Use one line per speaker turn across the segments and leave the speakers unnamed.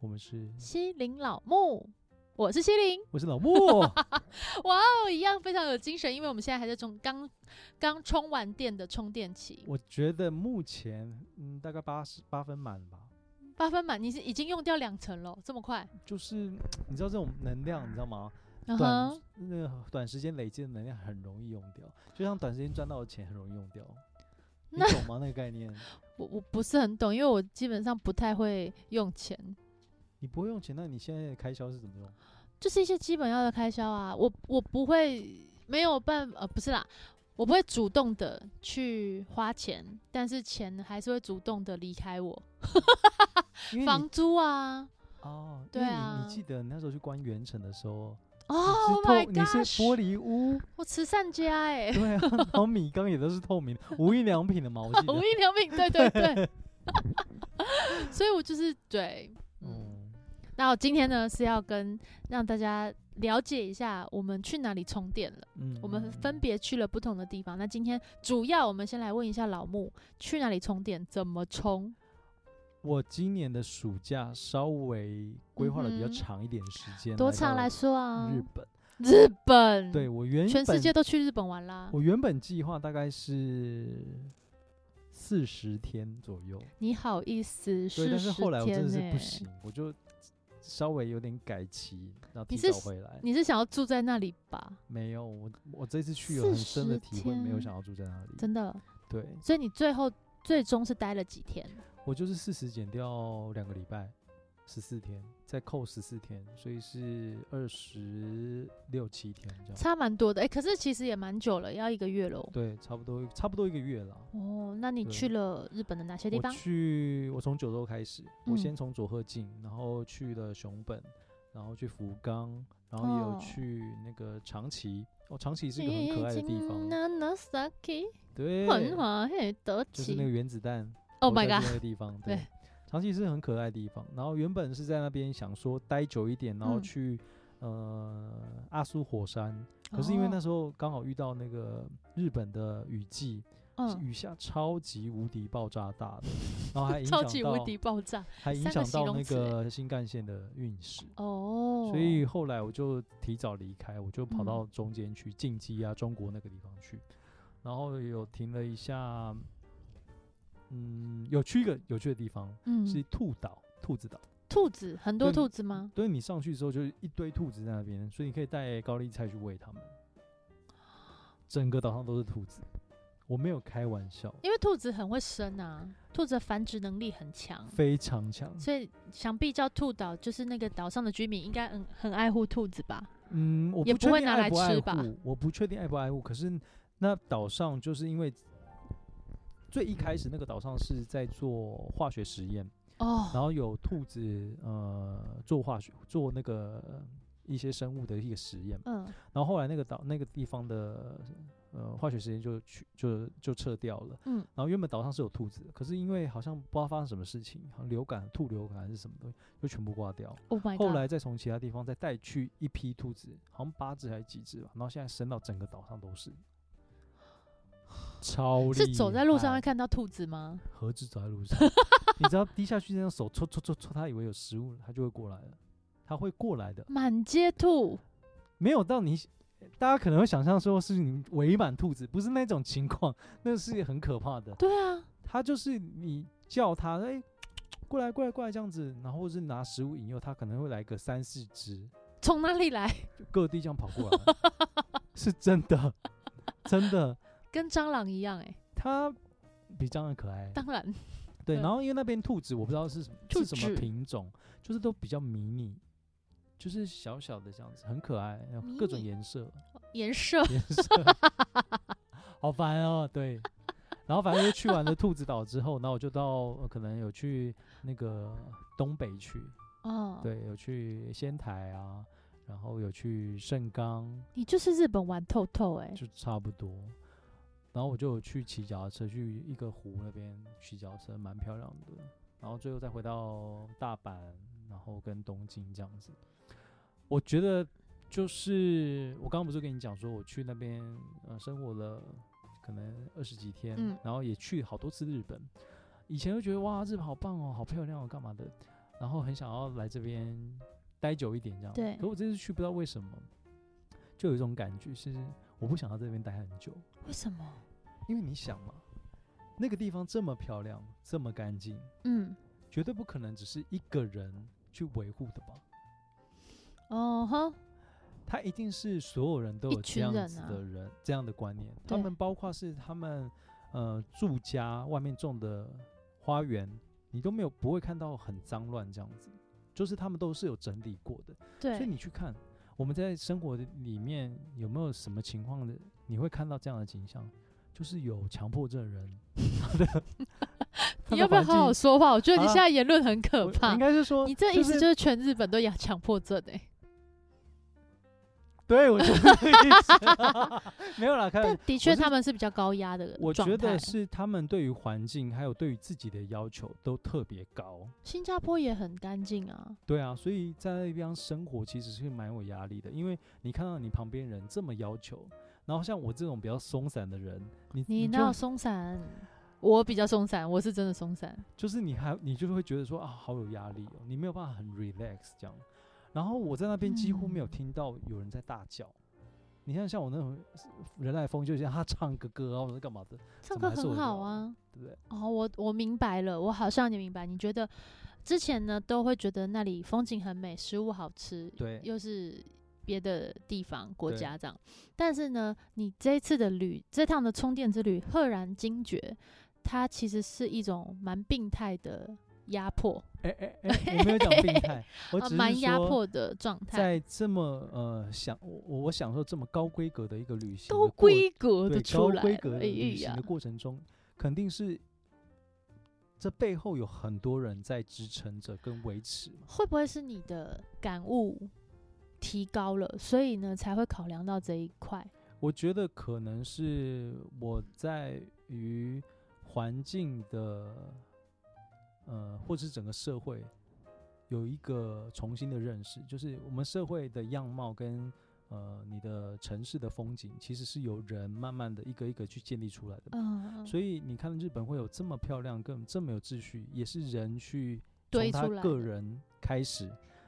我们是，
西林老木，我是西林。
我是老 莫，
哇哦，一样非常有精神，因为我们现在还在充刚刚充完电的充电期，
我觉得目前嗯大概八十八分满吧，
八分满，你是已经用掉两层了，这么快？
就是你知道这种能量，你知道吗？
嗯
短、
哼，
那个短时间累积的能量很容易用掉，就像短时间赚到的钱很容易用掉，你
那
懂吗？那个概念，
我我不是很懂，因为我基本上不太会用钱，
你不会用钱，那你现在的开销是怎么用？
就是一些基本要的开销啊，我我不会没有办呃不是啦，我不会主动的去花钱，但是钱还是会主动的离开我，
因为你
房租啊，
哦，
对
因为你
啊
你记得那时候去观圆城的时候，你
哦、
是
oh
透
my
你是
gosh，
玻璃屋，
我慈善家哎、
对啊，然后米缸也都是透明的，无印良品的嘛，我记
无
得。
印良 品，对对对。所以我就是对，嗯。
嗯，
那我今天呢是要跟让大家了解一下我们去哪里充电了，
嗯
我们分
嗯
别去了不同的地方。那今天主要我们先来问一下老木去哪里充电，怎么充？
我今年的暑假稍微规划了比较
嗯哼
长一点时间，
多长来
来
说
到
啊？
日本。
日本，
对，我原
全世
本
界都去日本玩啦。
我原本计划大概是四十天左右，
你好意思，
对，但是
40
后来我真的是
天
不
欸。
行，我就稍微有点改期，然后提
你是
早回来。
你是想要住在那里吧？
没有，我我这次去有很深的体会，
40
没有
天
想要住在那里。
真的，
对，
所以你最后最终是待了几天？
我就是四十减掉两个礼拜，十四天，再扣十四天，所以是二十六七天这样。
差蛮多的，哎、可是其实也蛮久了，要一个月喽。
对，差不多差不多一个月了。
哦，那你
对
去了日本的哪些地
我
方？
去，我从九州开始，我
嗯
先从佐贺进，然后去了熊本，然后去福冈，然后也有
哦
去那个长崎。哦，长崎是一个很可爱的地方，
Nagasaki，
对，
很华嘿德
就是那个
奇。
原子弹
Oh
投
my
下去
god！
那个 地方，对
对，
长崎是很可爱的地方。然后原本是在那边想说待久一点，然后
嗯
去、呃阿苏火山，可是因
哦
为那时候刚好遇到那个日本的雨季，
哦嗯，
雨下超级无敌爆炸大的，然后还影响
超
到
级无敌爆炸
还影
三
响
个形
到
容
那
词欸
个新干线的运势，
哦。
所以后来我就提早离开，我就跑
嗯
到中间去晋级啊，中国那个地方去，然后有停了一下，嗯，有去一个有趣的地方，是
嗯，
兔岛，兔子岛。
兔子很多
对
兔子吗？
所以你上去之后就是一堆兔子在那边，所以你可以带高丽菜去喂它们。整个岛上都是兔子，我没有开玩笑，
因为兔子很会生啊，兔子的繁殖能力很强，
非常强。
所以想必叫兔岛就是那个岛上的居民应该很很爱护兔子吧？
嗯，我
也
不确
不会
定
拿
爱
来
不爱
吃吧
护我不确定爱不爱护。可是那岛上就是因为最一开始那个岛上是在做化学实验，然
哦，
后有兔子呃做化学做那个一些生物的一个实验，
嗯，
然后后来那个岛那个地方的呃化学实验就去就就撤掉了。
嗯
然后原本岛上是有兔子的，可是因为好像不知道发生什么事情，好像流感、兔流感还是什么东西，就全部挂掉。
，Oh my
后
god！
来再从其他地方再带去一批兔子，好像八只还是几只吧，然后现在伸到整个岛上都是，超厉害。
是走在路上会，看到兔子吗？
何止走在 路上，你只要低下去，这样手搓搓搓搓，它以为有食物，它就会过来了，它会过来的，
满街兔，
没有到你。大家可能会想象说是你围满兔子，不是那种情况， 那是很可怕的。
对啊，
它就是你叫它，哎、过来过来过来这样子，然后或是拿食物引诱它，可能会来个三四只，
从哪里来？
各地这样跑过来，是真的，真的，
跟蟑螂一样哎、
它比蟑螂可爱。
当然，
对，
对
然后因为那边兔子我不知道是什么
兔
是什么
子
品种，就是都比较迷你，就是小小的这样子，很可爱，然后各种
迷你
颜色，
颜色
颜色， 好烦哦，对。然后反正就去完了兔子岛之后，然后我就到、呃可能有去那个东北去，
哦，，
对，有去仙台啊，然后有去盛冈，
你就是日本玩透透哎、
就差不多。然后我就有去骑脚踏车，去一个湖那边骑脚踏车，蛮漂亮的。然后最后再回到大阪，然后跟东京这样子。我觉得就是我刚刚不是跟你讲说，我去那边呃生活了可能二十几天，
嗯
然后也去好多次日本。以前就觉得哇，日本好棒哦，好漂亮哦，干嘛的？然然后很想要来这边待久一点这样。
对
可我这次去不知道为什么，就有一种感觉是我不想要在这边待很久，
为什么？
因为你想嘛，那个地方这么漂亮，这么干净，
嗯，
绝对不可能只是一个人去维护的吧？
哦哼，
他一定是所有人都
一
有这
群
样
人
子
啊
的人，这样的观念。他
对
们包括是他们呃住家外面种的花园，你都没有不会看到很脏乱这样子，就是他们都是有整理过的。所以
对，
你去看我们在生活的里面有没有什么情况的，你会看到这样的景象，就是有强迫症人 他的。他
你
的
要不要
环
好好
境
说话？我觉得你
啊
现在言论很可
我
怕
应。该是说，
你这
就
意思
是
就是全日本都有强迫症哎、
对，我就是这个意 思。 没有啦，开玩
但的确
是
他们是比较高压的
呃我
状
觉得
态
是他们对于环境还有对于自己的要求都特别高。
新加坡也很干净啊，
对啊，所以在那边生活其实是蛮有压力的，因为你看到你旁边人这么要求，然后像我这种比较松散的人，你
你
就
那松散，我比较松散，我是真的松散。
就是你还你就会觉得说啊，好有压力哦，你没有办法很 relax 这样。然后我在那边几乎没有
嗯
听到有人在大叫。你看，像我那种人来疯，就像他唱个歌啊，或者干嘛的，
唱
怎
歌
么还是
很
我
好
聊
啊，
对不对？
哦，我我明白了，我好像也明白。你觉得之前呢，都会觉得那里风景很美，食物好吃，
对
又是别的地方国
对
家这样。但是呢，你这一次的旅，这趟的充电之旅，赫然惊觉，它其实是一种蛮病态的压迫，
哎哎哎，我没有讲 病态，我
啊，
只是
蛮压
说
迫的状态，
在这么呃享我我享受这么高规格的一个旅行的
高
过，
规格的
对
出
高
来
规格的
了，哎
旅行
呀
的，过程中，肯定是这背后有很多人在支撑着跟维持嘛。
会不会是你的感悟提高了，所以呢才会考量到这一块？
我觉得可能是我在于环境的呃，或是整个社会有一个重新的认识，就是我们社会的样貌跟。呃，你的城市的风景其实是由人慢慢的一个一个去建立出来的嘛。
嗯，
所以你看，日本会有这么漂亮、跟这么有秩序，也是人去
堆
从他
出来
个
的
人开始，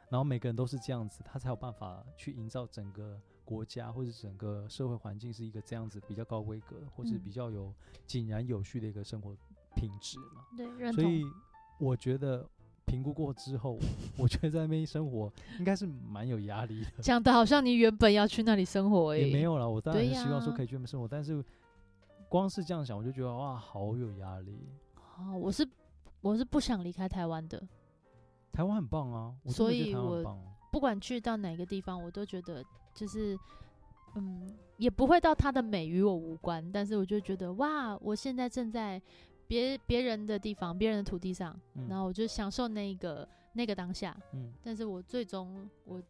然后每个人都是这样子，他才有办法去营造整个国家或者整个社会环境是一个这样子比较高规格，或是
嗯
比较有井然有序的一个生活品质嘛。
对，认
所
同
以。我觉得评估过之后， 我觉得在那边生活应该是蛮有压力的。
讲的好像你原本要去那里生活诶、
也没有啦，我当然
对
是希望说
呀
可以去那边生活，但是光是这样想，我就觉得哇，好有压力。
哦，我是我是不想离开台湾的，
台湾很棒啊，我真的
所
觉得
以
台湾
我
很棒啊。
不管去到哪个地方，我都觉得就是嗯，也不会到它的美与我无关，但是我就觉得哇，我现在正在别别人的地方、别人的土地上，
嗯
然后我就享受那个那个当下，
嗯
但是我最终我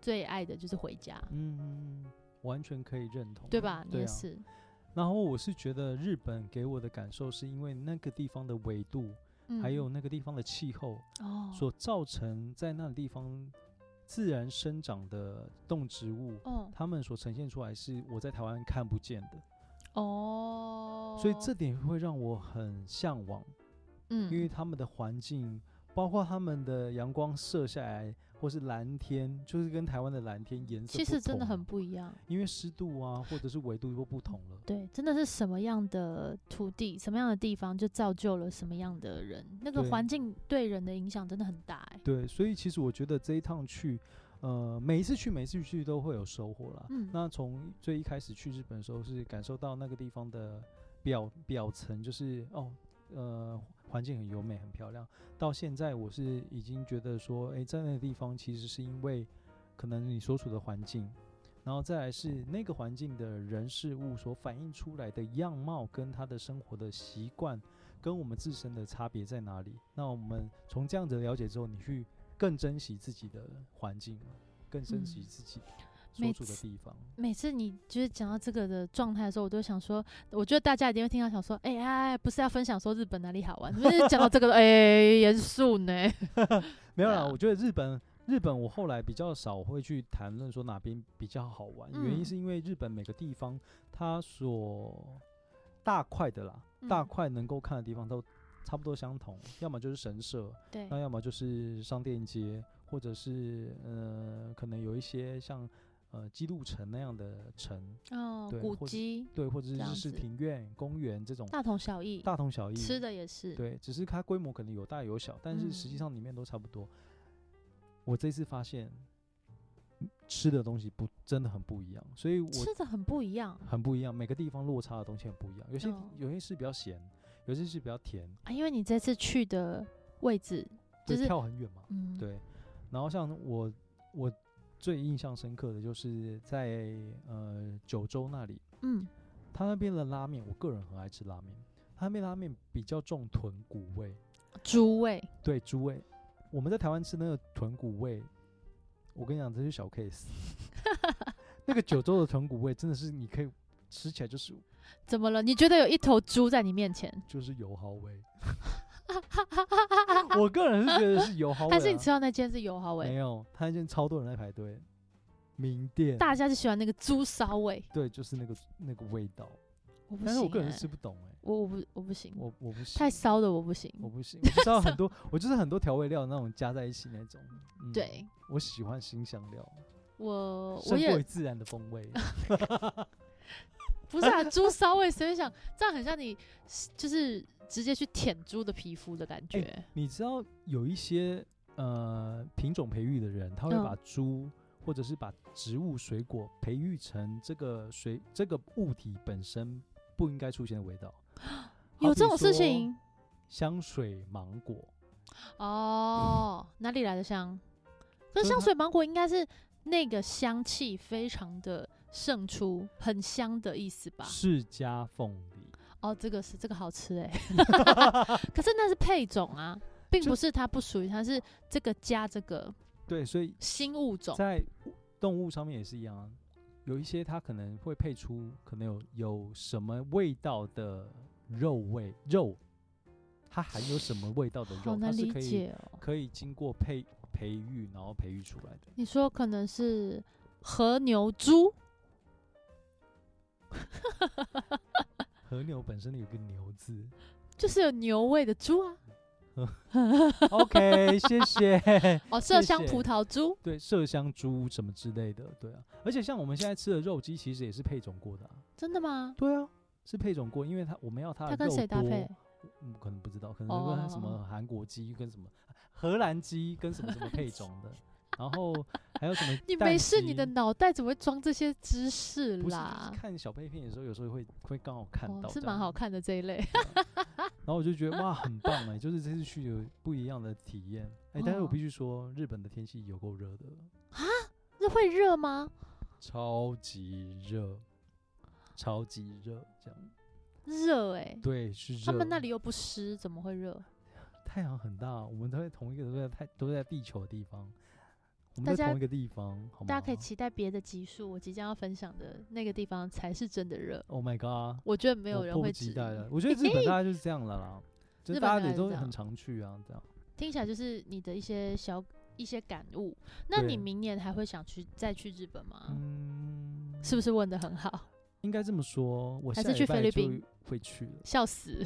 最爱的就是回家，
嗯嗯，嗯完全可以认同，
对吧？你
对
也
啊。
是，
然后我是觉得日本给我的感受，是因为那个地方的纬度，
嗯
还有那个地方的气候，
哦
所造成在那个地方自然生长的动植物，
哦
它们所呈现出来是我在台湾看不见的，
哦，
所以这点会让我很向往。
嗯，
因为他们的环境，包括他们的阳光射下来，或是蓝天，就是跟台湾的蓝天颜色
其
不
实真的
同啊
很
嘛，
不一样。
因为湿度啊，或者是纬度都不同了。
对，真的是什么样的土地、什么样的地方，就造就了什么样的人。那个
对
环境对人的影响真的很大、欸，
对，所以其实我觉得这一趟去，呃，每一次去，每一次去都会有收获啦。
嗯
那从最一开始去日本的时候，是感受到那个地方的表表层，就是哦，呃，环境很优美，很漂亮。到现在，我是已经觉得说，诶，在那个地方其实是因为可能你所处的环境，然后再来是那个环境的人事物所反映出来的样貌，跟他的生活的习惯，跟我们自身的差别在哪里？那我们从这样子了解之后，你去更珍惜自己的环境嘛，更珍惜
嗯
自己所
每
处的
次
地方。
每次你就是讲到这个的状态的时候，我都想说，我觉得大家一定会听到想说，哎、哎哎，不是要分享说日本哪里好玩，不是讲到这个，哎、严肃呢。
没有
对
啦，
啊
我觉得日本日本我后来比较少会去谈论说哪边比较好玩，原因
嗯
是因为日本每个地方它所大块的啦，大
嗯
块能够看的地方都差不多相同，要么就是神社，
对
那要么就是商店街，或者是呃，可能有一些像呃基路城那样的城，
哦
对，
古
或者
迹
对，或者是
这样
日式
子
庭院、公园这种，
大同小异，
大同小异。
吃的也是，
对，只是它规模可能有大有小，但是实际
嗯
上里面都差不多。我这次发现嗯吃的东西不真的很不一样，所以我
吃的很不一样。
很不一样，每个地方落差的东西很不一样。有些、
哦
有些是比较咸，有些是比较甜，
啊，因为你这次去的位置，就
对
是
跳很远嘛。
嗯，，
对，然后像我我最印象深刻的就是在呃九州那里，
嗯，
他那边的拉面，我个人很爱吃拉面，他那边拉面比较重豚骨味，
猪味，
对猪味。我们在台湾吃那个豚骨味，我跟你讲，这是 小 case。那个九州的豚骨味真的是你可以吃起来就是
怎么了？你觉得有一头猪在你面前，
就是油耗味。我个人是觉得是油耗味、啊，
还是你吃到那间是油耗
没
味？
有，他那间超多人在排队，名店
大家就喜欢那个猪骚味，
对，就是那个那个味道。
我不行、欸，
但是我个人是吃不懂哎、
我我不我不行，
我我不行，
太骚的我不行。
我不行，我知道很多，我就是很多调味料那种加在一起那种。嗯、，
对
我喜欢新香料，
我我
胜过于
也
自然的风 味。
不是 啊，猪骚味谁会想？这样很像你就是直接去舔猪的皮肤的感觉。
你知道有一些呃品种培育的人，他会
嗯。
把猪、或者是把植物、水果培育成这个水这个物体本身不应该出现的味道
有
好比
这种事
说
情？
香水芒果，嗯
哦，哪里来的 香？可是
就是
香
它
水芒果应该是那个香气非常的胜出，很香的意思吧？
释迦凤梨。
哦，这个是这个好吃 哎、可是那是配种啊，并
就
不是它不属于，它是这个加这个
对，所以
新物种。
在动物上面也是一样啊，有一些它可能会配出可能有有什么味道的肉味肉，它含有什么味道的
好
肉，它
难
是
理
可以
解哦！
可以经过培培育然后培育出来的。
你说可能是和牛猪，
和牛本身有个牛字
就是有牛味的猪 啊。
，OK，谢谢。
哦，麝
谢
香
谢
葡萄猪，
对，麝香猪什么之类的，对啊。而且像我们现在吃的肉鸡，其实也是配种过的、啊。
真的吗？
对啊，是配种过，因为它我们要它
它
的
跟
啊肉
谁搭
多
配？
嗯，可能不知道，可能跟什么
哦
韩国鸡跟什么荷兰鸡跟什么什么配种 的，然后还有什么
你
蛋
没事，你
鸡
的脑袋怎么会装这些知识
不是
啦
就是？看小配片的时候，有时候会会刚好看
哦
到，，啊
是蛮好。看的这一类。
然后我就觉得哇，很棒哎、就是这次去有不一样的体验哎、但是我
哦
必须说，日本的天气有够热的，
那会热吗？
超级热，超级热，这样
热哎、
对是热。
他们那里又不湿，怎么会热？
太阳很大，我们都在同一个都在太都在地球的地方，我
大
们在
家
同一个地方，好吗？
大家可以期待别的集数，我即将要分享的那个地方才是真的热。
Oh my god！
我觉得没有
我
人
迫
会
不及
质
待
疑
了。。我觉得 日本大家就是这样了啦，就
日
大
本
家
大概
也都
是这样
很常去啊，这样。
听起来就是你的一些小一些感悟。那
对
你明年还会想去再去日本吗？
嗯，
是不是问的很好？
应该这么说，我
还
下
是去
礼拜
菲律
就
宾
会去了。
笑 死！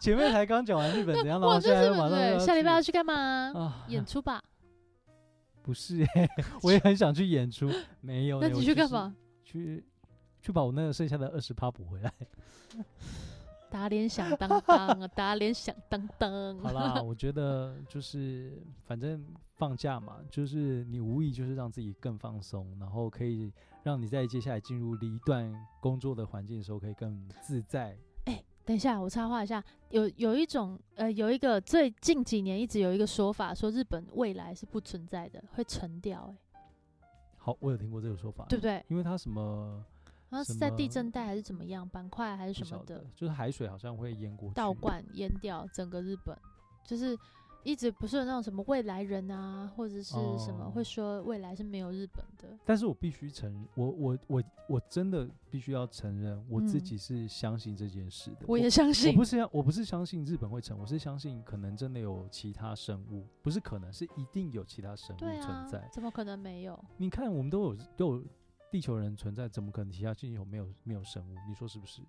前面才刚讲完 日本怎样，然
我
后
去
现在
日
又马
本
上又
对，下礼拜要去干嘛？
啊，
演出 吧？
不是欸我也很想去演出，没有
那
呢。
你
哦我
去
就
干
是？
嘛？
去去把我那个剩下的二十趴补回来。
打脸响当当啊，打脸响当当。
好啦，我觉得就是反正放假嘛，就是你无意就是让自己更放松，然后可以让你在接下来进入一段工作的环境的时候，可以更自在。
等一下，我插话一下，有有一种呃，有一个最近几年一直有一个说法，说日本未来是不存在的，会沉掉、欸，
好，我有听过这个说法，
对不对？
因为它什么
然后是
什
在地
么
震带还是怎么样，板块还是
不
什么
晓得
的，，
就是海水好像会淹过去，
倒灌淹掉整个日本，就是一直不是有那种什么未来人啊，或者是什么、
哦
会说未来是没有日本的，
但是我必须承认，我我我我真的必须要承认，我自
嗯
己是相信这件事的。
我也 相
我
信
不。是要我不是相信日本会沉，我是相信可能真的有其他生物，不是可能是一定有其他生物
对
存
啊
在。，
怎么可能没有？
你看，我们都有都有地球人存在，怎么可能其他星球没有没有生物？你说是不是？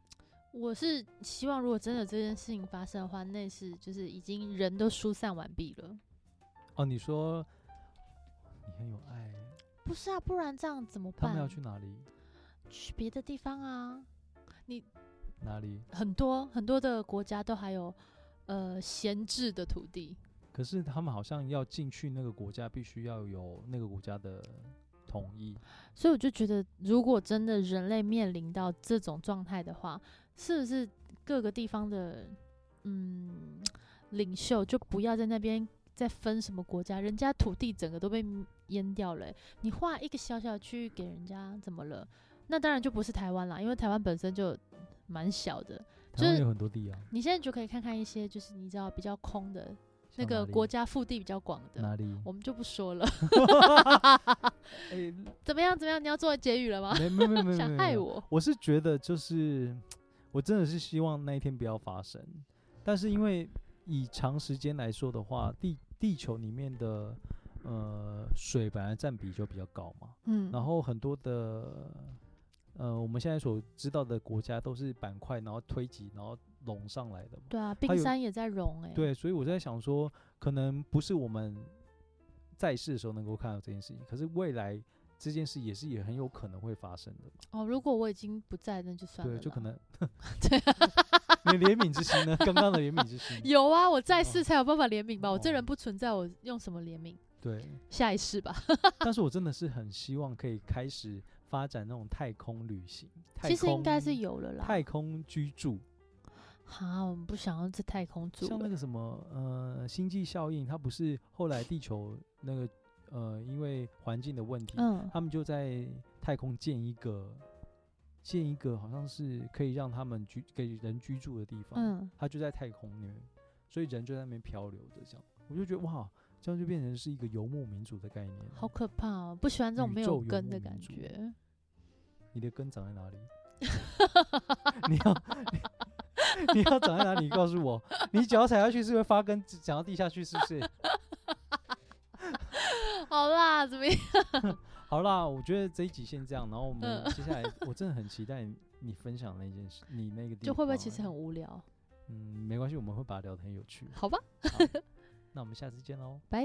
我是希望，如果真的这件事情发生的话，那是就是已经人都疏散完毕了。
哦，你说你很有爱，
不是啊，不然这样怎么
他
办？
们要去哪里？
去别的地方啊，
哪里？
很多很多的国家都还有呃闲置的土地。
可是他们好像要进去那个国家，必须要有那个国家的同意。
所以我就觉得，如果真的人类面临到这种状态的话，是不是各个地方的嗯领袖就不要在那边再分什么国家，人家土地整个都被淹掉了欸、你划一个小小区域给人家，怎么了？那当然就不是台湾啦，因为台湾本身就蛮小的。
台湾
就是
有很多地啊，
你现在就可以看看一些，就是你知道比较空的那
像
个
哪里
国家腹地比较广的，
哪里？
我们就不说了。
哎，
怎么样？怎么样？你要做结语了吗？
没没没没 没，
想
没
害。我？
我是觉得就是，我真的是希望那一天不要发生。但是因为以长时间来说的话，地地球里面的呃水本来占比就比较高嘛，
嗯，
然后很多的呃我们现在所知道的国家都是板块，然后推挤，然后拢上来的嘛。
对啊，
有
冰山也在融哎、欸。，
对，所以我在想说，可能不是我们在世的时候能够看到这件事情，可是未来这件事也是也很有可能会发生的嘛。
哦，如果我已经不在，那就算了
对，
啦。
就可能
对，
你的怜悯之心呢？刚刚的怜悯之心
有啊，我在世才有办法怜悯吧？我这
哦
人不存在，我用什么怜悯？
对。
下一世吧。
但是我真的是很希望可以开始发展那种太空旅行，太
其实应该
空
是有了啦。
太空居住，
哈，我们不想要在太空住
像那
了。
个什么呃星际效应，它不是后来地球那个呃因为环境的问题，
嗯，
他们就在太空建一个建一个好像是可以让他们居给人居住的地方，
嗯，
它就在太空里面，所以人就在那边漂流着这样，我就觉得哇，这样就变成是一个游牧民族的概念了。
好可怕哦！不喜欢这种
宇
没
宙
有
游
根
牧
的
民
感
族
觉。
你的根长在哪里？你要你要长在哪里？你告诉我，你脚踩下去是会发根，长到地下去是不是？
好啦，怎么 样？
好啦，我觉得这一集先这样，然后我们
嗯
接下来，我真的很期待你你分享那件事，你那个地
就会不会
方
其实
欸
很无聊？
嗯，没关系，我们会把它聊得很有趣。
好吧，
那我们下次见喽。
拜。